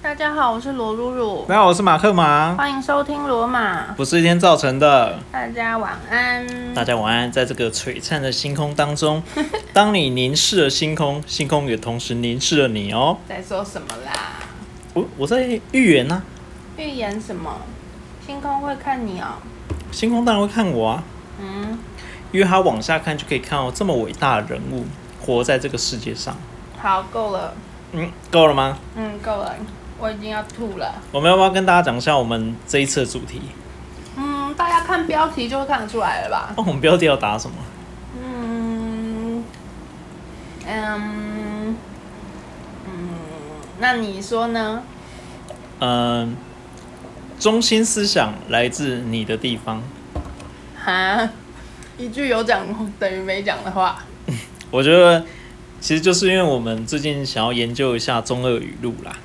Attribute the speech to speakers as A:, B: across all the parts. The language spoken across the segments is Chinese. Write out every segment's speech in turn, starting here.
A: 大家好，我是罗露露，
B: 大家好，我是马克马，
A: 欢迎收听罗马，
B: 不是一天造成的。
A: 大家晚安。
B: 大家晚安，在这个璀璨的星空当 中，当你凝视了星空，星空也同时凝视了你哦。
A: 在说什么啦？
B: 我我在预言啊呐、
A: 预言什么？星空会看你哦。
B: 星空当然会看我啊，
A: 嗯，
B: 因为它往下看就可以看到这么伟大的人物活在这个世界上。
A: 好，够了，
B: 嗯，够了吗？
A: 嗯，够了，我已经要吐了。
B: 我们要不要跟大家讲一下我们这一次的主题？
A: 嗯，大家看标题就会看得出来了吧？
B: 哦，我们标题要打什么？
A: 嗯，嗯，嗯，那你说呢？
B: 嗯、中心思想来自你的地方。
A: 哈，一句有讲等于没讲的话。
B: 我觉得其实就是因为我们最近想要研究一下中俄语录啦。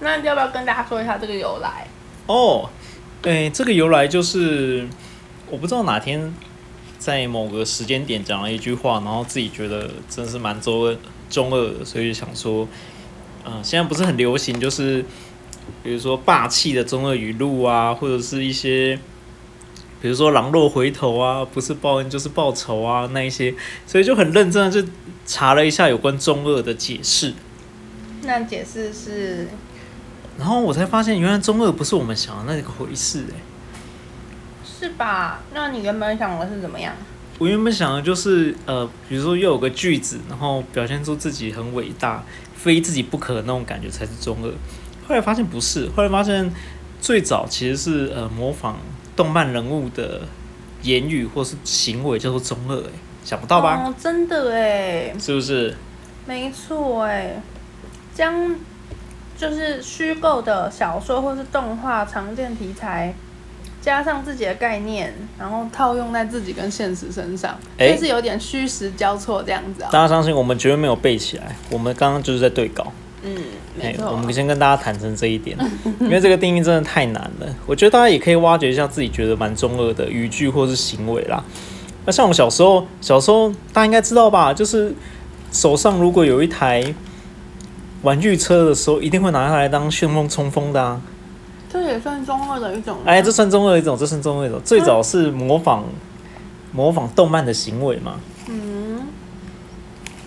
A: 那要不要跟大家说一下这个由来？
B: 哦，诶，这个由来就是我不知道哪天在某个时间点讲了一句话，然后自己觉得真是蛮中二中二的，所以就想说，嗯、现在不是很流行，就是比如说霸气的中二语录啊，或者是一些。比如说狼若回头啊，不是报恩就是报仇啊，那一些，所以就很认真的去查了一下有关中二的解释，
A: 那解释是
B: 然后我才发现原来中二不是我们想的那个回事、欸，
A: 是吧？那你原本想的是怎么样？
B: 我原本想的就是，呃，比如说又有个句子，然后表现出自己很伟大，非自己不可的那种感觉才是中二。后来发现不是，后来发现最早其实是呃模仿动漫人物的言语或是行为叫做中二、欸，想不到吧？
A: 哦、真的哎，
B: 是不是？
A: 没错哎，将就是虚构的小说或是动画常见题材，加上自己的概念，然后套用在自己跟现实身上，
B: 哎
A: 就是有点虚实交错这样子啊、
B: 大家相信我们绝对没有背起来，我们刚刚就是在对稿。
A: 嗯，
B: 哎、
A: 没错
B: 我。们先跟大家坦诚这一点，因为这个定义真的太难了。我觉得大家也可以挖掘一下自己觉得蛮中二的语句或是行为啦。那像我小时候，小时候大家应该知道吧，就是手上如果有一台玩具车的时候，一定会拿它来当旋风冲锋的啊。
A: 这也算中二的一种。啊
B: 哎，这算中二一种，这算中二一种。最早是模仿模仿动漫的行为嘛，
A: 嗯，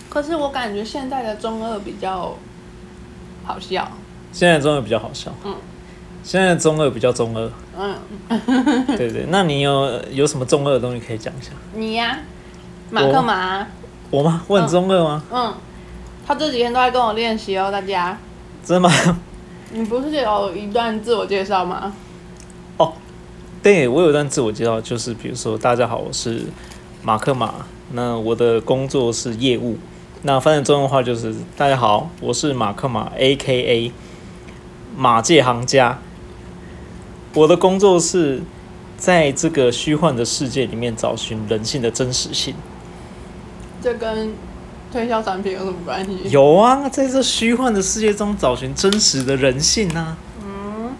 A: 可是我感觉现在的中二比较好笑。
B: 现在的中二比较好笑。
A: 嗯
B: 现在的中二比较中二，
A: 嗯，
B: 对对。那你有有什么中二的东西可以讲一下？
A: 你呀、马克
B: 我
A: 马啊、
B: 我吗？我很中二吗？
A: 嗯，他这几天都在跟我练习哦，大家。
B: 真的吗？
A: 你不是有一段自我介绍吗？
B: 对我有一段自我介绍，就是比如说大家好，我是马克马，那我的工作是业务，那翻成中文的话就是大家好，我是马克马，A K A 马界行家，我的工作是在这个虚幻的世界里面找寻人性的真实性。
A: 这跟推销产品有什么关系？
B: 有啊，在这虚幻的世界中找寻真实的人性啊，
A: 嗯，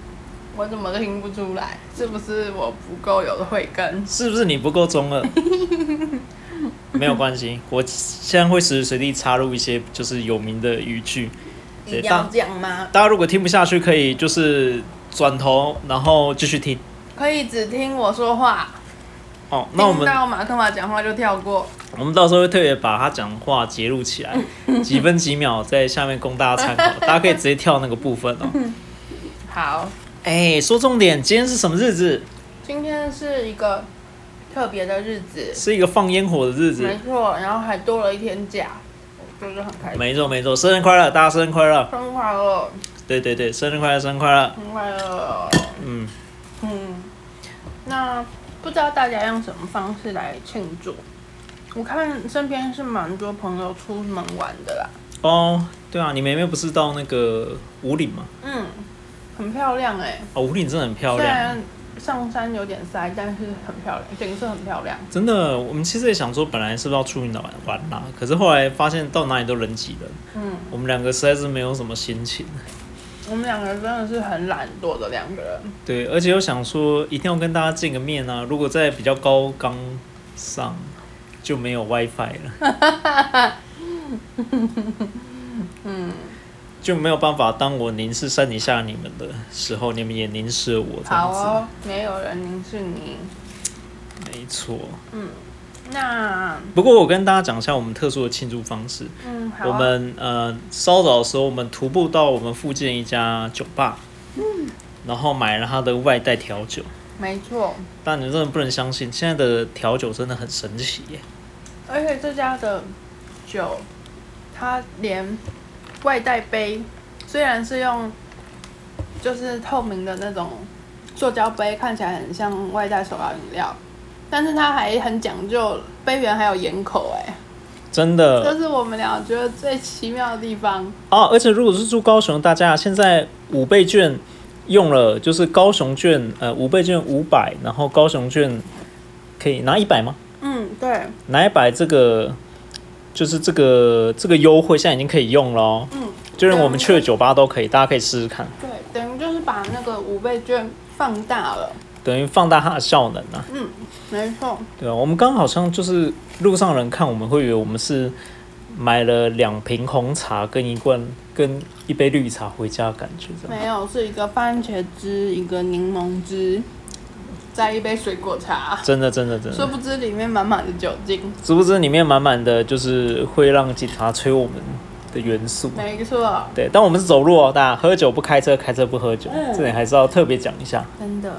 A: 我怎么听不出来？是不是我不够有慧根？
B: 是不是你不够中二？ 没有关系，我现在会随时随地插入一些就是有名的语句。对
A: 一定要这样吗？
B: 大家如果听不下去，可以就是转头，然后继续听。
A: 可以只听我说话，
B: 哦，那我
A: 听
B: 们
A: 到马克马讲话就跳过。
B: 我们到时候会特别把他讲话截录 起来，几分几秒在下面供大家参考，大家可以直接跳那个部分哦。
A: 好，
B: 哎，说重点，今天是什么日子？
A: 今天是一个特别的日子，
B: 是一个放烟火的日子
A: 没。错，然后还多了一天假，我就是很开心。
B: 没错没错，生日快乐，大家生日快乐！
A: 生日快乐，
B: 对对对，生日快乐，生日快乐！
A: 生日快乐。
B: 嗯，
A: 嗯，那不知道大家用什么方式来庆祝？我看身边是蛮多朋友出门玩的啦，
B: 哦，对啊，你妹妹不是到那个五岭吗？
A: 嗯，很漂亮哎、
B: 哦，五岭真的很漂
A: 虽
B: 亮，
A: 然上山有点塞，但是很漂亮，景色很漂亮。
B: 真的。我们其实也想说，本来是不是要出去玩玩啦，可是后来发现到哪里都人挤人，
A: 嗯，
B: 我们两个实在是没有什么心情。
A: 我们两个真的是很懒惰的两个人，
B: 对，而且又想说一定要跟大家见个面啊，如果在比较高岗上 就没有 WiFi 了。嗯，就没有办法。当我凝视山底下你们的时候，你们也凝视了我，这
A: 好
B: 样子。
A: 哦，没有人凝视你。
B: 没错。
A: 那
B: 不过我跟大家讲一下我们特殊的庆祝方式。
A: 嗯，好、啊，
B: 我们呃稍早的时候，我们徒步到我们附近一家酒吧，
A: 嗯
B: 然后买了他的外带调酒。
A: 没错，
B: 但你真的不能相信，现在的调酒真的很神奇耶！
A: 而且这家的酒，它连外带杯虽然是用就是透明的那种塑胶杯，看起来很像外带手摇饮料，但是它还很讲究杯缘还有眼口、哎、
B: 真的，
A: 这是我们俩觉得最奇妙的地方。
B: 哦，而且如果是住高雄，大家现在五倍券用了，就是高雄券，呃，五倍券五百，然后高雄券可以拿一百吗？
A: 嗯，对，
B: 拿一百这个就是这个这个优惠现在已经可以用了哦。
A: 嗯，
B: 就连我们去的酒吧都可以，大家可以试试看，
A: 对，等于就是把那个五倍券放大了。
B: 等于放大它的效能啊。
A: 没错，
B: 对啊，我们刚好像就是路上人看我们会以为我们是买了两瓶红茶跟一罐跟一杯绿茶回家，感觉这样。
A: 没有是一个番茄汁，一个柠檬汁，再一杯水果茶。
B: 真的，真的，真的。
A: 殊不知里面满满的酒精。
B: 殊不知里面满满的就是会让警察催我们的元素。
A: 没错，
B: 对，但我们是走路哦，大家喝酒不开车，开车不喝酒，
A: 嗯
B: 这点还是要特别讲一下。
A: 真的。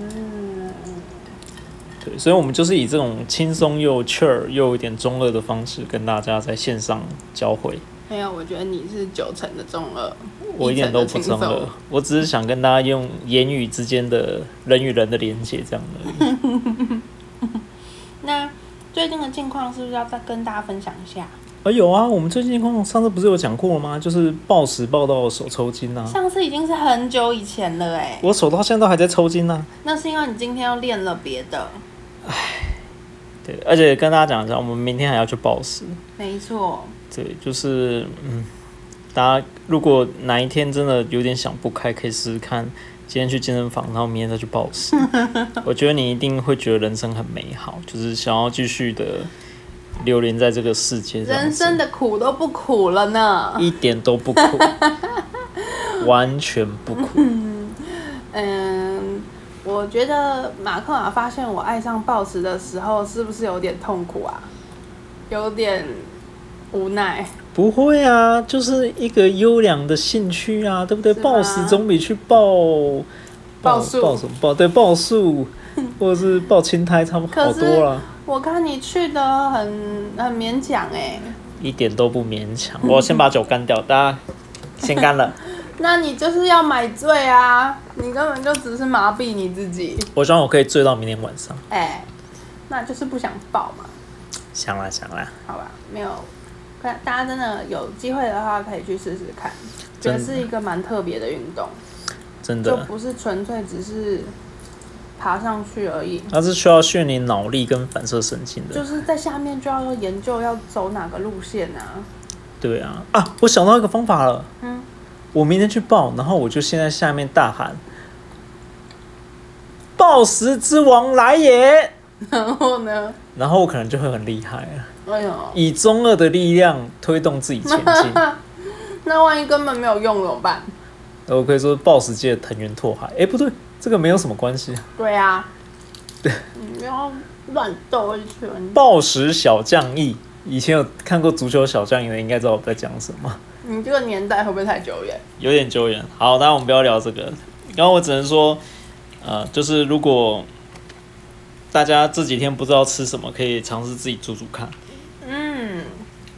A: 嗯，
B: 对，所以我们就是以这种轻松又 chill 又有点中二的方式跟大家在线上交汇。
A: 没有，我觉得你是九成的中二。
B: 我一点都不中
A: 一整的
B: 二
A: 轻松，
B: 我只是想跟大家用言语之间的人与人的连接这样的。
A: 那最近的近况是不是要再跟大家分享一下？
B: 啊，有啊，我们最近上次不是有讲过了吗？就是暴食暴到手抽筋啊，
A: 上次已经是很久以前了哎、
B: 我手到现在都还在抽筋啊。
A: 那是因为你今天又练了别的。
B: 对，而且跟大家讲一下，我们明天还要去暴食。
A: 没错，
B: 对，就是嗯，大家如果哪一天真的有点想不开，可以试试看，今天去健身房，然后明天再去暴 食。我觉得你一定会觉得人生很美好，就是想要继续的流连在这个世界上，
A: 人生的苦都不苦了呢。
B: 一点都不 苦，完全不苦。
A: 嗯，我觉得马克马发现我爱上暴食的时候，是不是有点痛苦啊？有点无奈。
B: 不会啊，就是一个优良的兴趣啊，对不对？
A: 是吗
B: 暴食总比去暴
A: 暴
B: 暴
A: 树
B: 暴什么暴对 暴树或者是暴青苔，差不多好
A: 可是
B: 多了。
A: 我看你去的很很勉强哎、
B: 一点都不勉强。我先把酒干掉，大家先干了。
A: 那你就是要买醉啊！你根本就只是麻痹你自己
B: 我希望我可以醉到明天晚上。
A: 哎、那就是不想爆嘛，
B: 想啦想啦，
A: 好吧？没有，大大家真的有机会的话可以去试试看，觉得
B: 真的
A: 是一个蛮特别的运动，
B: 真
A: 就
B: 的，
A: 不是纯粹只是爬上去而已，
B: 它是需要训练脑力跟反射神经的
A: 就。是在下面就要研究要走哪个路线啊。
B: 对啊啊！我想到一个方法了。
A: 嗯。
B: 我明天去报，然后我就现在下面大喊：“暴食之王来也
A: 然后呢？！”
B: 然后我可能就会很厉害了，
A: 哎呦，
B: 以中二的力量推动自己前进。
A: 那万一根本没有用怎么办？
B: 我可以说暴食界的藤原拓海。哎、不对，这个没有什么关系。
A: 对啊，你不要乱斗一圈。
B: 暴食小将翼，以前有看过足球小将翼的，应该知道我在讲什么，
A: 你这个年代会不会太久远？
B: 有点久远。好，那我们不要聊这个。然后我只能说，呃，就是如果大家这几天不知道吃什么，可以尝试自己煮煮看。
A: 嗯，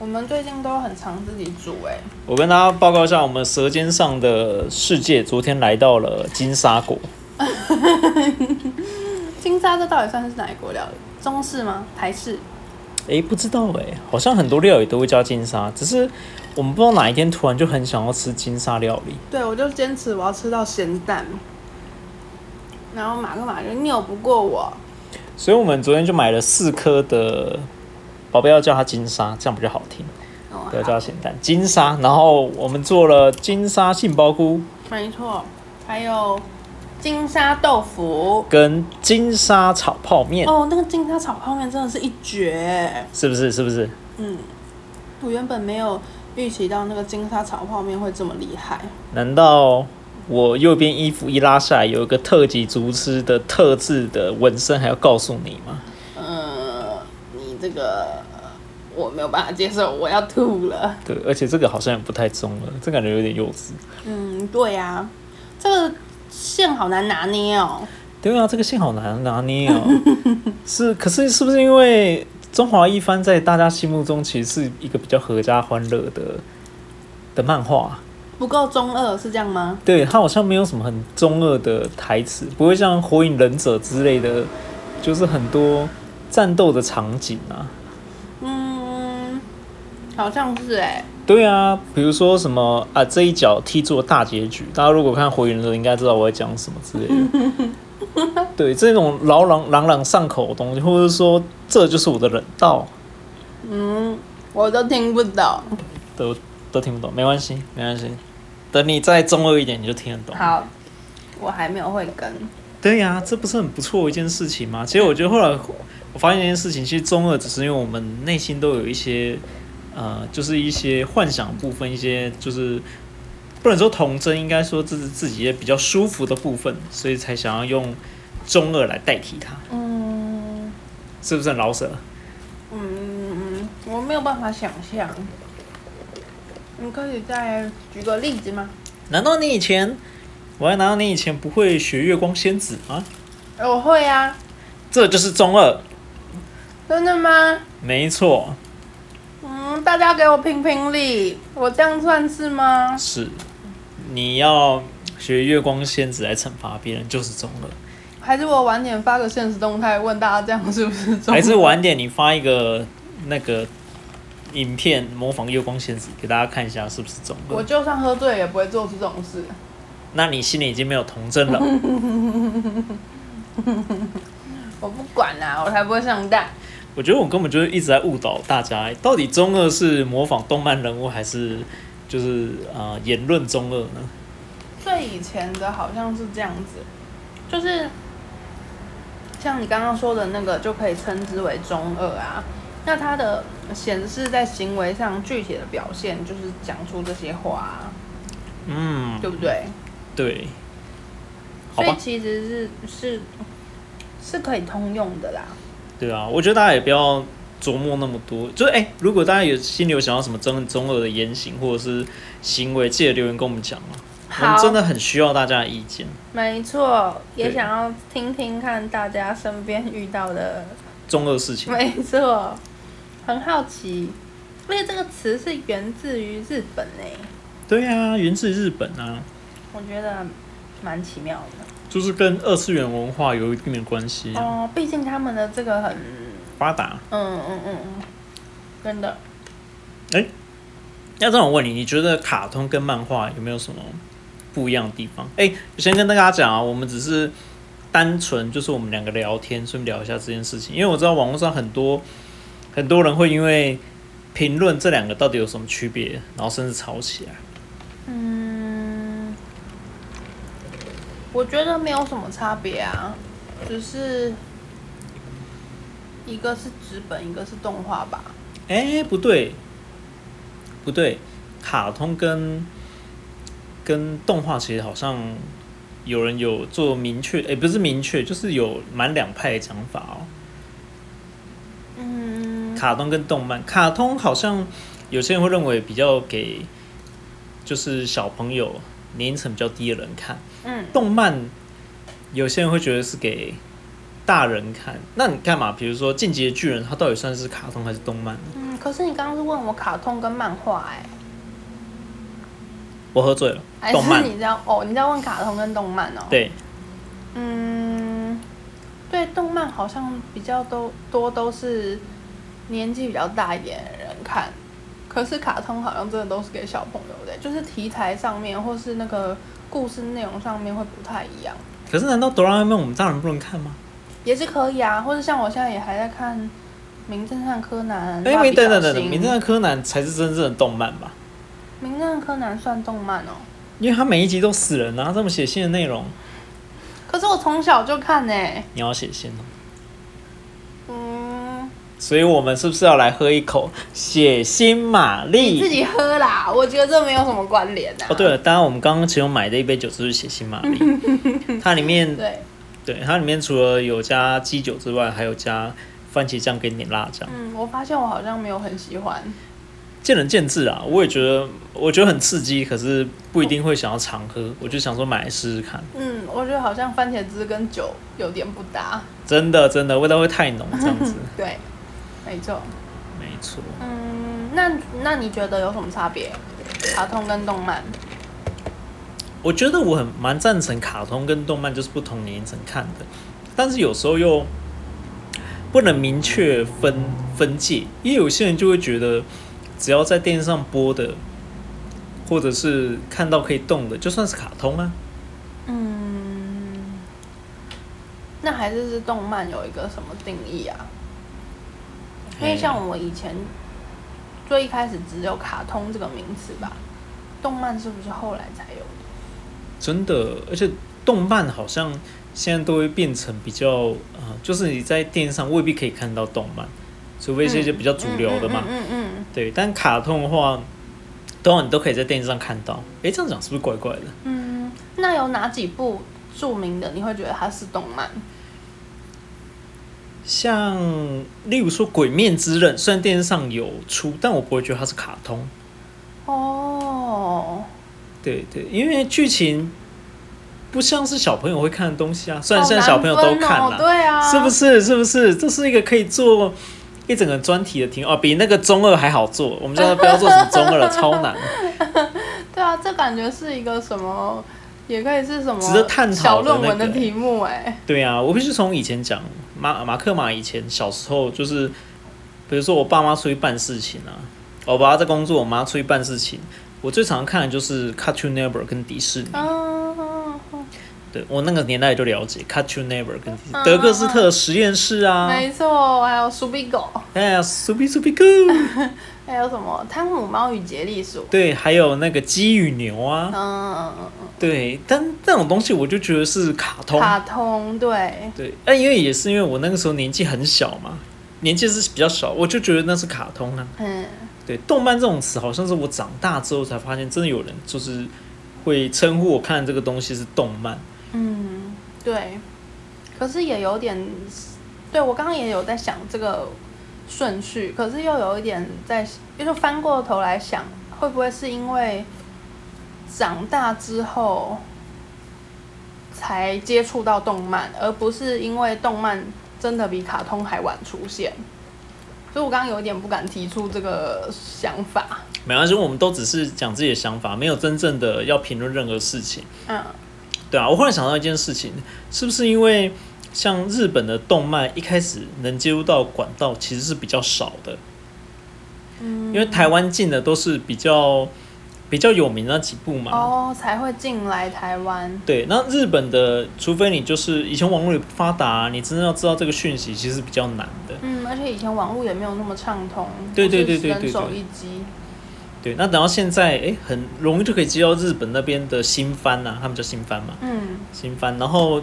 A: 我们最近都很常自己煮哎、
B: 我跟大家报告一下，我们《舌尖上的世界》昨天来到了金沙国，
A: 金沙这到底算是哪一国料理？中式吗？台式？
B: 诶，不知道诶，好像很多料理都会加金沙，只是我们不知道哪一天突然就很想要吃金沙料理。
A: 对，我就坚持我要吃到咸蛋。然后马克马就拗不过我，
B: 所以我们昨天就买了四颗的，宝贝要叫它金沙，这样比较好听，
A: 哦
B: 不要叫它咸蛋。金沙，然后我们做了金沙杏鲍菇
A: 没错，还有金沙豆腐。
B: 跟金沙炒泡面，
A: 哦，那个金沙炒泡面真的是一绝欸、
B: 是不是？是不是？
A: 我原本没有预期到那个金沙炒泡面会这么厉害。
B: 难道我右边衣服一拉下来，有一个特级厨师的特制的纹身，还要告诉你吗？
A: 呃，你这个我没有办法接受，我要吐了。
B: 对，而且这个好像也不太中了，这感觉有点幼稚。
A: 嗯，对呀、这个线好难拿捏哦。
B: 对啊，这个线好难拿捏哦。是，可是是不是因为中华一番在大家心目中其实是一个比较合家欢乐的的漫画？啊
A: 不够中二是这样吗？
B: 对，它好像没有什么很中二的台词，不会像火影忍者之类的，就是很多战斗的场景啊。
A: 嗯，好像是哎、
B: 对啊，比如说什么啊，这一脚踢出了大结局。大家如果看《火影忍者》，应该知道我在讲什么之类的。对，这种朗朗朗朗上口的东西，或者说这就是我的忍道，
A: 我都听不懂。
B: 都都听不懂，没关系，没关系。等你再中二一点，你就听得懂。
A: 好，我还没有会跟。
B: 对呀、这不是很不错的一件事情吗？其实我觉得后来我发现一件事情，其实中二只是因为我们内心都有一些呃，就是一些幻想部分，一些就是不能说童真，应该说这是自己也比较舒服的部分，所以才想要用中二来代替它，
A: 嗯
B: 是不是很老舍？
A: 嗯，我没有办法想象。你可以再举个例子吗？
B: 难道你以前，我还难道你以前不会学月光仙子吗？
A: 我会啊，
B: 这就是中二，
A: 真的吗？
B: 没错，
A: 嗯，大家给我评评理，我这样算是吗？
B: 是你要学月光仙子来惩罚别人，就是中二。
A: 还是我晚点发个现实动态问大家这样是不是 中？
B: 还是晚点你发一个那个影片模仿月光仙子给大家看一下是不是中
A: 我
B: 二？
A: 就算喝醉也不会做出这种事。
B: 那你心里已经没有童真了。
A: 我不管啦、我才不会上当。
B: 我觉得我根本就是一直在误导大家，哎到底中二是模仿动漫人物还是就是呃言论中二呢？
A: 最以前的好像是这样子，就是像你刚刚说的那个，就可以称之为中二啊。那它的显示在行为上具体的表现，就是讲出这些话、啊，
B: 嗯，
A: 对不对？
B: 对，好
A: 所以
B: 吧，
A: 其实是是是可以通用的啦。
B: 对啊，我觉得大家也不要琢磨那么多。就是哎、如果大家有心里有想要什么中中二的言行或者是行为，记得留言跟我们讲啊，我
A: 好
B: 们，真的很需要大家的意见。
A: 没错，也
B: 对
A: 想要听听看大家身边遇到 的
B: 中二事情。
A: 没错，很好奇，因为这个词是源自于日本诶、
B: 对啊，源自日本啊，
A: 我觉得蛮奇妙的
B: 就是跟二次元文化有一定的关系、啊。
A: 哦。毕竟他们的这个很，
B: 发达。
A: 嗯嗯嗯嗯，真的
B: 那这种问你，你觉得卡通跟漫画有没有什么不一样的地方？哎、我先跟大家讲啊，我们只是单纯就是我们两个聊天，顺便聊一下这件事情，因为我知道网络上很多很多人会因为评论这两个到底有什么区别，然后甚至吵起来。
A: 嗯，我觉得没有什么差别啊，只是一个是纸本，一个是动画吧。
B: 哎、不对，不对，卡通跟跟动画其实好像有人有做明确，哎、不是明确，就是有蛮两派的讲法哦。
A: 嗯，
B: 卡通跟动漫，卡通好像有些人会认为比较给就是小朋友年龄层比较低的人看，
A: 嗯，
B: 动漫有些人会觉得是给大人看。那你干嘛？比如说《进击的巨人》，它到底算是卡通还是动漫呢？
A: 嗯，可是你刚刚是问我卡通跟漫画哎、
B: 我喝醉了，
A: 还
B: 动
A: 是
B: 漫
A: 你知道哦？你在问卡通跟动漫哦？，
B: 对。
A: 嗯，对，动漫好像比较都多都是年纪比较大一点的人看，可是卡通好像真的都是给小朋友的，就是题材上面或是那个故事内容上面会不太一样，
B: 可是难道哆啦 A 梦我们大人不能看吗？
A: 也是可以啊。或者像我现在也还在看《名侦探柯南》，
B: 哎、
A: 蜡笔
B: 没等
A: 小
B: 等等等，
A: 新
B: 名侦探柯南才是真正的动漫吧？
A: 名侦探柯南算动漫哦，
B: 因为它每一集都死人啊，这么血腥的内容，
A: 可是我从小就看呢、欸
B: 你要血腥哦。
A: 嗯，
B: 所以我们是不是要来喝一口血腥玛
A: 你自
B: 丽？
A: 己喝啦，我觉得这没有什么关联啊呐、
B: 哦，对了，当然我们刚刚其中买的一杯酒就是血腥玛丽， 它里面
A: 对，
B: 对它里面除了有加鸡酒之外，还有加番茄酱跟一点辣酱，
A: 嗯，我发现我好像没有很喜欢。
B: 见仁见智啊。我也觉得我觉得很刺激，可是不一定会想要常喝，我就想说买来试试看。
A: 嗯，我觉得好像番茄汁跟酒有点不搭。
B: 真的真的味道会太浓，这样子
A: 对，没错。
B: 没错。
A: 嗯，那那你觉得有什么差别？卡通跟动漫？
B: 我觉得我很蛮赞成卡通跟动漫就是不同年龄层看的，但是有时候又不能明确分分界，因为有些人就会觉得只要在电视上播的，或者是看到可以动的，就算是卡通啊。
A: 嗯，那还是是动漫有一个什么定义啊？因为像我以前最一开始只有卡通这个名词吧，动漫是不是后来才有的？
B: 真的，而且动漫好像现在都会变成比较呃，就是你在电视上未必可以看到动漫，除非是一些比较主流的嘛。
A: 嗯嗯嗯嗯
B: 对，但卡通的话，当然你都可以在电视上看到。诶，这样讲是不是怪怪的？
A: 嗯嗯那有哪几部著名的你会觉得它是动漫？
B: 像例如说《鬼面之刃》，虽然电视上有出，但我不会觉得它是卡通。
A: 哦，
B: 对对，因为剧情不像是小朋友会看的东西啊。虽然
A: 好
B: 现在
A: 难
B: 小朋友都
A: 分
B: 看
A: 哦
B: 了、
A: 对啊，
B: 是不？是？是不是？这是一个可以做一整个专题的题目哦，比那个中二还好做。我们叫他不要做什么中二 了，超难。
A: 对啊，这感觉是一个什么，也可以是什么
B: 值得探
A: 小
B: 讨的
A: 论文
B: 那
A: 的
B: 个
A: 题目哎、
B: 对啊，我必须从以前讲，马马克马以前小时候就是，比如说我爸妈出去办事情啊，我爸爸在工作，我妈出去办事情，我最常看的就是 Cartoon Network 跟迪士尼。
A: 嗯，
B: 对我那个年代就了解 Cartoon Network 跟迪士尼
A: 嗯
B: 德克斯特实验室啊，
A: 没错，还有鼠比狗，
B: 哎呀，Super Super Go，
A: 还有什么汤姆猫与杰利鼠，
B: 对，还有那个鸡与牛
A: 嗯
B: 啊，
A: 嗯嗯嗯
B: 对，但这种东西我就觉得是卡
A: 嗯，
B: 通，
A: 卡通对，
B: 对，哎，因为也是因为我那个时候年纪很小嘛，年纪是比较小，我就觉得那是卡通啊。
A: 嗯，
B: 对，动漫这种词好像是我长大之后才发现，真的有人就是会称呼我看这个东西是动漫。
A: 嗯，对，可是也有点，对我刚刚也有在想这个顺序，可是又有一点在，就是翻过头来想，会不会是因为长大之后才接触到动漫，而不是因为动漫真的比卡通还晚出现？所以我刚刚有一点不敢提出这个想法，
B: 没关系，我们都只是讲自己的想法，没有真正的要评论任何事情。
A: 嗯
B: 对啊，我忽然想到一件事情，是不是因为像日本的动漫一开始能接触到管道其实是比较少的，
A: 嗯，
B: 因为台湾进的都是比较比较有名的那几部嘛。
A: 哦才会进来台湾，
B: 对，那日本的，除非你就是以前网络也不发达、你真的要知道这个讯息，其实是比较难的。
A: 嗯，而且以前网络也没有那么畅通，
B: 对
A: 都是
B: 对对对对
A: 人手一机，
B: 对，那等到现在，哎，很容易就可以接到日本那边的新番啊呐、他们叫新番嘛，
A: 嗯
B: 新番，然后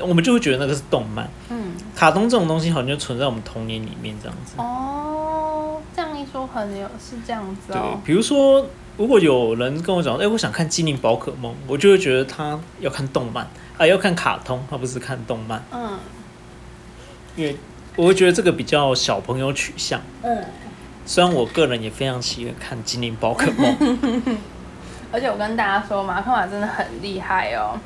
B: 我们就会觉得那个是动漫、
A: 嗯，
B: 卡通这种东西，好像就存在我们童年里面这样子。
A: 哦，这样一说很有是这样子
B: 对
A: 哦，，
B: 比如说，如果有人跟我讲，哎，我想看《精灵宝可梦》，我就会觉得他要看动漫啊、要看卡通，他不是看动漫，
A: 嗯
B: 因为我会觉得这个比较小朋友取向。
A: 嗯，
B: 虽然我个人也非常喜欢看《精灵宝可梦》，
A: 而且我跟大家说，马克马真的很厉害哦，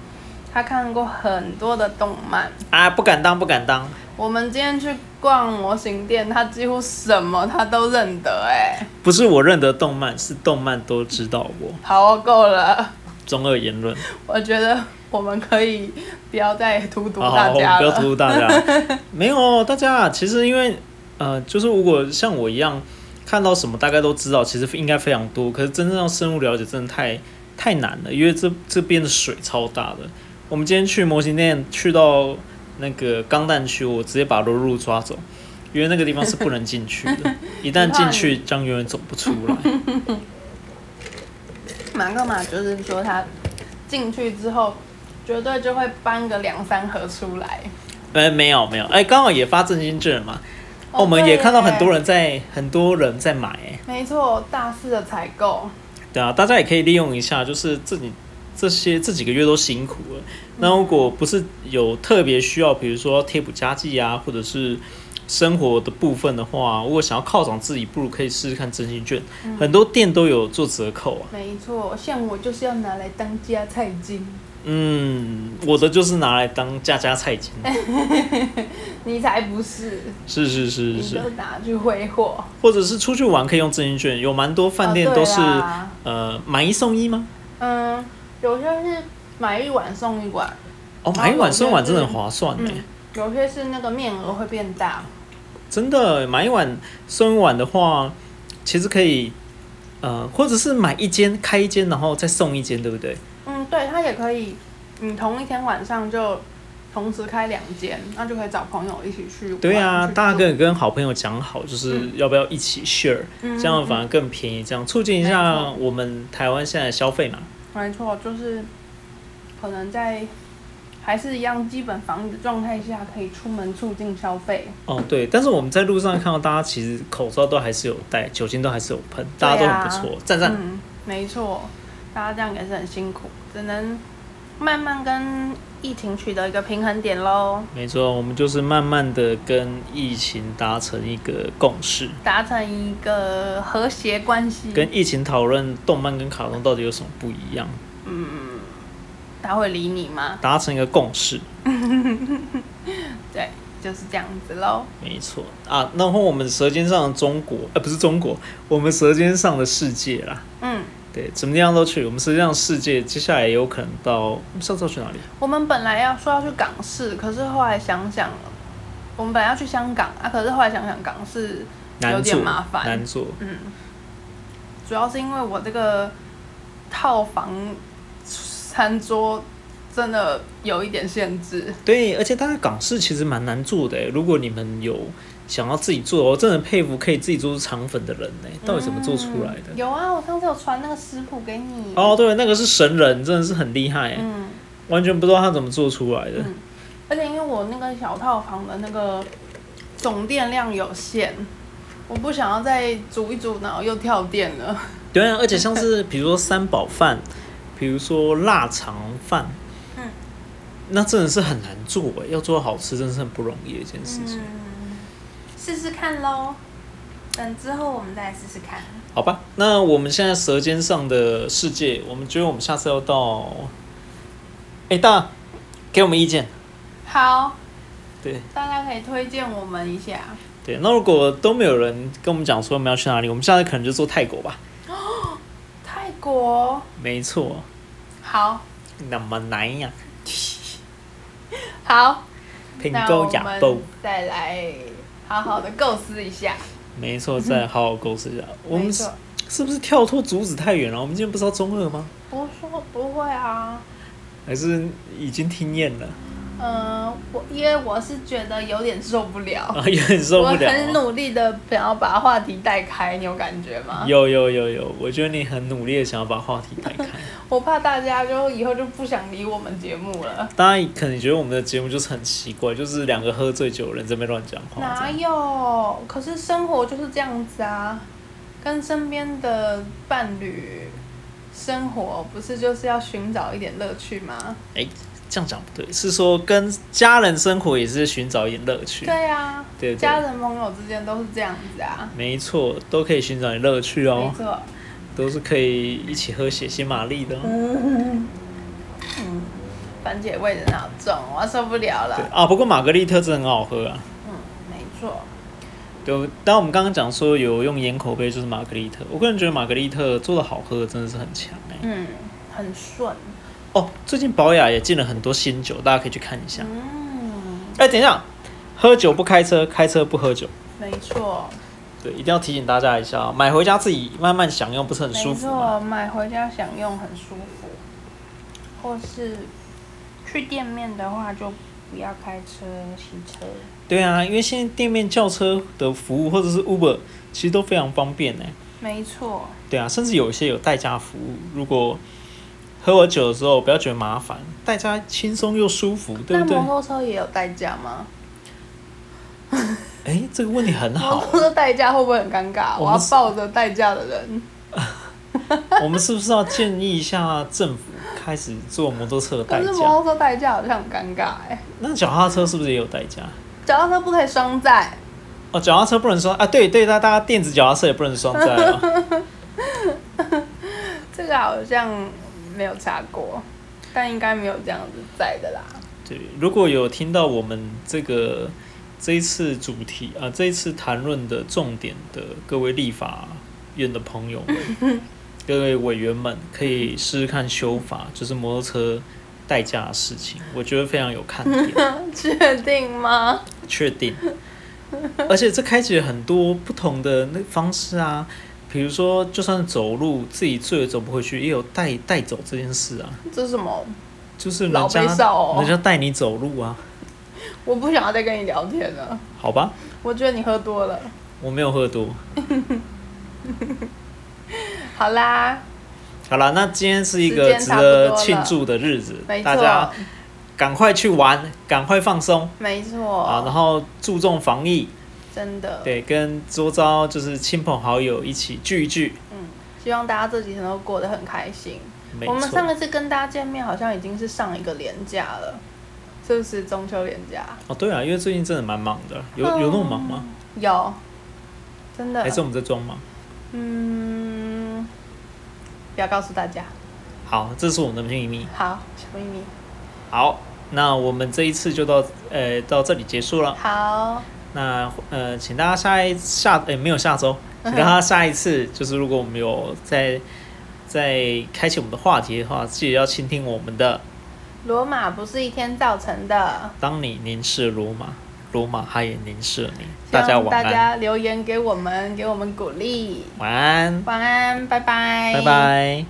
A: 他看过很多的动漫，
B: 啊，不敢当，不敢当。
A: 我们今天去逛模型店，他几乎什么他都认得，哎，
B: 不是我认得动漫，是动漫都知道我。
A: 好，够了，
B: 中二言 论，
A: 我觉得我们可以不要再荼毒
B: 好
A: 大
B: 好，我们
A: 家
B: 不要
A: 了，
B: 荼毒大 家。没有，哦大家啊其实因为呃，就是如果像我一样看到什么大概都知道，其实应该非常多。可是真正要深入了解，真的太太难了，因为这这边的水超大的。我们今天去模型店，去到那个钢弹区，我直接把罗露抓走，因为那个地方是不能进去 的，一旦进去将永远走不出来。
A: 马克马就是说他进去之后，绝对就会搬个两三盒出来。
B: 哎，没有没有，哎，刚好也发振兴券了嘛。
A: 哦
B: 我们也看到很多。
A: 对耶
B: 人在很多人在买、欸
A: 没错，大肆的采购，
B: 对啊，大家也可以利用一下，就是自己这些这几个月都辛苦了。那
A: 嗯
B: 如果不是有特别需要，比如说贴补家计啊，或者是生活的部分的话，如果想要犒赏自己，不如可以试试看真心券，
A: 嗯
B: 很多店都有做折扣啊。
A: 没错，像我就是要拿来当家菜金。
B: 嗯，我的就是拿来当家家菜金。
A: 哎你才不是，
B: 是是是是
A: 你
B: 是
A: 都，拿去挥霍。
B: 或者是出去玩可以用真心券，有蛮多饭店
A: 哦
B: 都是、
A: 对啦
B: 呃买一送一吗？
A: 嗯，有些是买一碗送一碗，
B: 哦，买一碗送一碗
A: 有些
B: 真
A: 是
B: 的很划算欸呢、
A: 嗯，有些是那个面额会变大，
B: 真的买一碗送一碗的话，其实可以，呃，或者是买一间开一间，然后再送一间，对不对？
A: 嗯，对，它也可以，你同一天晚上就同时开两间，那就可以找朋友一起去玩。
B: 对啊，
A: 去
B: 大家
A: 住
B: 跟跟好朋友讲好，就是
A: 嗯
B: 要不要一起 share，、
A: 嗯
B: 这样反而更便宜，这样促进一
A: 没
B: 下
A: 错
B: 我们台湾现在的消费嘛。
A: 嗯没错，就是可能在还是一样基本防疫的状态下，可以出门促进消费。
B: 哦，对，但是我们在路上看到大家其实口罩都还是有戴，酒精都还是有喷，大家都很不错，赞赞、
A: 嗯，没错，大家这样也是很辛苦，只能慢慢跟疫情取得一个平衡点喽，
B: 没错，我们就是慢慢的跟疫情达成一个共识，
A: 达成一个和谐关系。
B: 跟疫情讨论动漫跟卡通到底有什么不一样。
A: 他会理你吗？
B: 达成一个共识，
A: 对，就是这样子喽。
B: 没错啊。然后我们《舌尖上的中国》呃，不是中国，我们《舌尖上的世界》啦，
A: 嗯，
B: 对，怎么样都去。我们《舌尖上的世界》接下来也有可能到我们上次要去哪里？
A: 我们本来要说要去港市，可是后来想想，我们本来要去香港啊，可是后来想想港市有
B: 难
A: 点
B: 做，
A: 麻烦，
B: 难做。
A: 主要是因为我这个套房餐桌真的有一点限制。
B: 对，而且大家港式其实蛮难做的欸。如果你们有想要自己做，我真的很佩服可以自己做出肠粉的人呢。
A: 嗯
B: 到底怎么做出来的？
A: 有啊，我上次有传那个食谱给你。
B: 哦，对，那个是神人，真的是很厉害欸，
A: 嗯，
B: 完全不知道他怎么做出来的。
A: 嗯而且因为我那个小套房的那个总电量有限，我不想要再煮一煮，然后又跳电了。
B: 对啊，而且像是比如说三宝饭，比如说腊肠饭，
A: 嗯，
B: 那真的是很难做诶，要做好吃真的是很不容易的一件事情，
C: 嗯，试试看喽。等之后我们再来试试看。
B: 好吧？那我们现在《舌尖上的世界》，我们觉得我们下次要到，哎、大，给我们意见，
A: 好，
B: 对
A: 大家可以推荐我们一下。
B: 对。那如果都没有人跟我们讲说我们要去哪里，我们下次可能就做泰国吧，
A: 泰国，
B: 没错，
A: 好，
B: 那么难呀，
A: 好，
B: 平
A: 那
B: 沟
A: 我
B: 雅
A: 们
B: 布。
A: 再来好好的构思一下。
B: 没 错，再好好构思一下。我们
A: 没
B: 是
A: 错
B: 是不是跳脱主旨太远了？我们今天不是要中二吗？
A: 不说不会啊，
B: 还是已经听厌了
A: 嗯、我因为我是觉得有点受不哦了，
B: 啊，也很受不
A: 我
B: 了
A: 很
B: 啊。
A: 努力的想要把话题带开，你有感觉吗？
B: 有有有有，我觉得你很努力的想要把话题带开。
A: 我怕大家就以后就不想理我们节目了。
B: 大家可能觉得我们的节目就是很奇怪，就是两个喝醉酒的人在那边乱讲话这
A: 哪
B: 样。
A: 有？可是生活就是这样子啊，跟身边的伴侣生活不是就是要寻找一点乐趣吗？
B: 哎、这样讲不对，是说跟家人生活也是寻找一点乐趣。
A: 对啊，
B: 对对
A: 家人朋友之间都是这样子啊，
B: 没错，都可以寻找点乐趣
A: 没
B: 哦，
A: 错。
B: 都是可以一起喝血腥玛丽的、哦。
A: 嗯番茄味的那种，我受不了
B: 对
A: 了。
B: 啊，不过玛格丽特真的很好喝啊。
A: 嗯，没错。
B: 对，但我们刚刚讲说有用盐口碑就是玛格丽特，我个人觉得玛格丽特做的好喝的真的是很强哎、
A: 嗯，很顺。
B: 哦，最近宝雅也进了很多新酒，大家可以去看一下。
A: 嗯，
B: 哎、等一下，喝酒不开车，开车不喝酒。
A: 没错，
B: 对，一定要提醒大家一下哦，买回家自己慢慢享用，不是很舒
A: 没
B: 服啊吗？
A: 错，买回家享用很舒服，或是去店面的话就不要开车、骑车。
B: 对啊，因为现在店面叫车的服务或者是 Uber 其实都非常方便呢、欸
A: 没错，
B: 对啊，甚至有一些有代驾服务，如果喝完酒的时候不要觉得麻烦，代驾轻松又舒服，对
A: 那
B: 不对？
A: 摩托车也有代驾吗？
B: 哎、这个问题很
A: 我
B: 好，
A: 付的代价会不会很尴尬？我
B: 我们
A: 要
B: 是
A: 抱着代价的人，
B: 我们是不是要建议一下政府开始做摩托车的
A: 可
B: 代
A: 是摩
B: 价？
A: 托车代驾好像很尴尬哎、
B: 那脚踏车是不是也有代价？
A: 脚踏车不可以双载，
B: 哦，脚踏车不能双啊，对对，大大家电子脚踏车也不能双 载啊。
A: 这个好像没有查过，但应该没有这样子载的啦。
B: 对，如果有听到我们这个这一次主题啊、这一次谈论的重点的各位立法院的朋友们， 各位委员们，可以试试看修法，就是摩托车代驾的事情，我觉得非常有看点。
A: 确定吗？
B: 确定。而且这开启了很多不同的那方式啊，比如说，就算走路自己醉了走不回去，也有带带走这件事啊，
A: 这是什么？
B: 就是人
A: 老
B: 家、
A: 悲少哦
B: 人家带你走路啊，
A: 我不想要再跟你聊天了，
B: 好吧，
A: 我觉得你喝多了。
B: 我没有喝多。
A: 好啦，
B: 好了，那今天是一
A: 时
B: 个
A: 间
B: 值
A: 差不多
B: 得
A: 了
B: 庆祝的日子
A: 没，
B: 大家
A: 错，
B: 赶快去玩，赶快放松
A: 没
B: 啊，然
A: 错，
B: 后注重防疫，
A: 真的。
B: 对，跟周遭就是亲朋好友一起聚一聚。
A: 希望大家这几天都过得很开心。
B: 没
A: 我们上
B: 错，
A: 一次跟大家见面好像已经是上一个连假了，是不是中秋连假？
B: 哦，对啊，因为最近真的蛮忙的，有
A: 嗯
B: 有那么忙吗？
A: 有，真 的
B: 还。是我们在装忙？
A: 嗯，不要告诉大家。
B: 好，这是我们的秘密。
A: 好，小秘密。
B: 好，那我们这一次就到呃到这里结束了。
A: 好，
B: 那呃，请大家下一下呃没有 下周，请大家下一次就是如果我们有在在开启我们的话题的话，记得要倾听我们的。
A: 罗马不是一天造成的。
B: 当你凝视罗马，罗马它也凝视你。
A: 希
B: 大家
A: 望
B: 晚
A: 大
B: 安，
A: 家留言给我们，给我们鼓励。
B: 晚安，
A: 晚安，拜拜，
B: 拜拜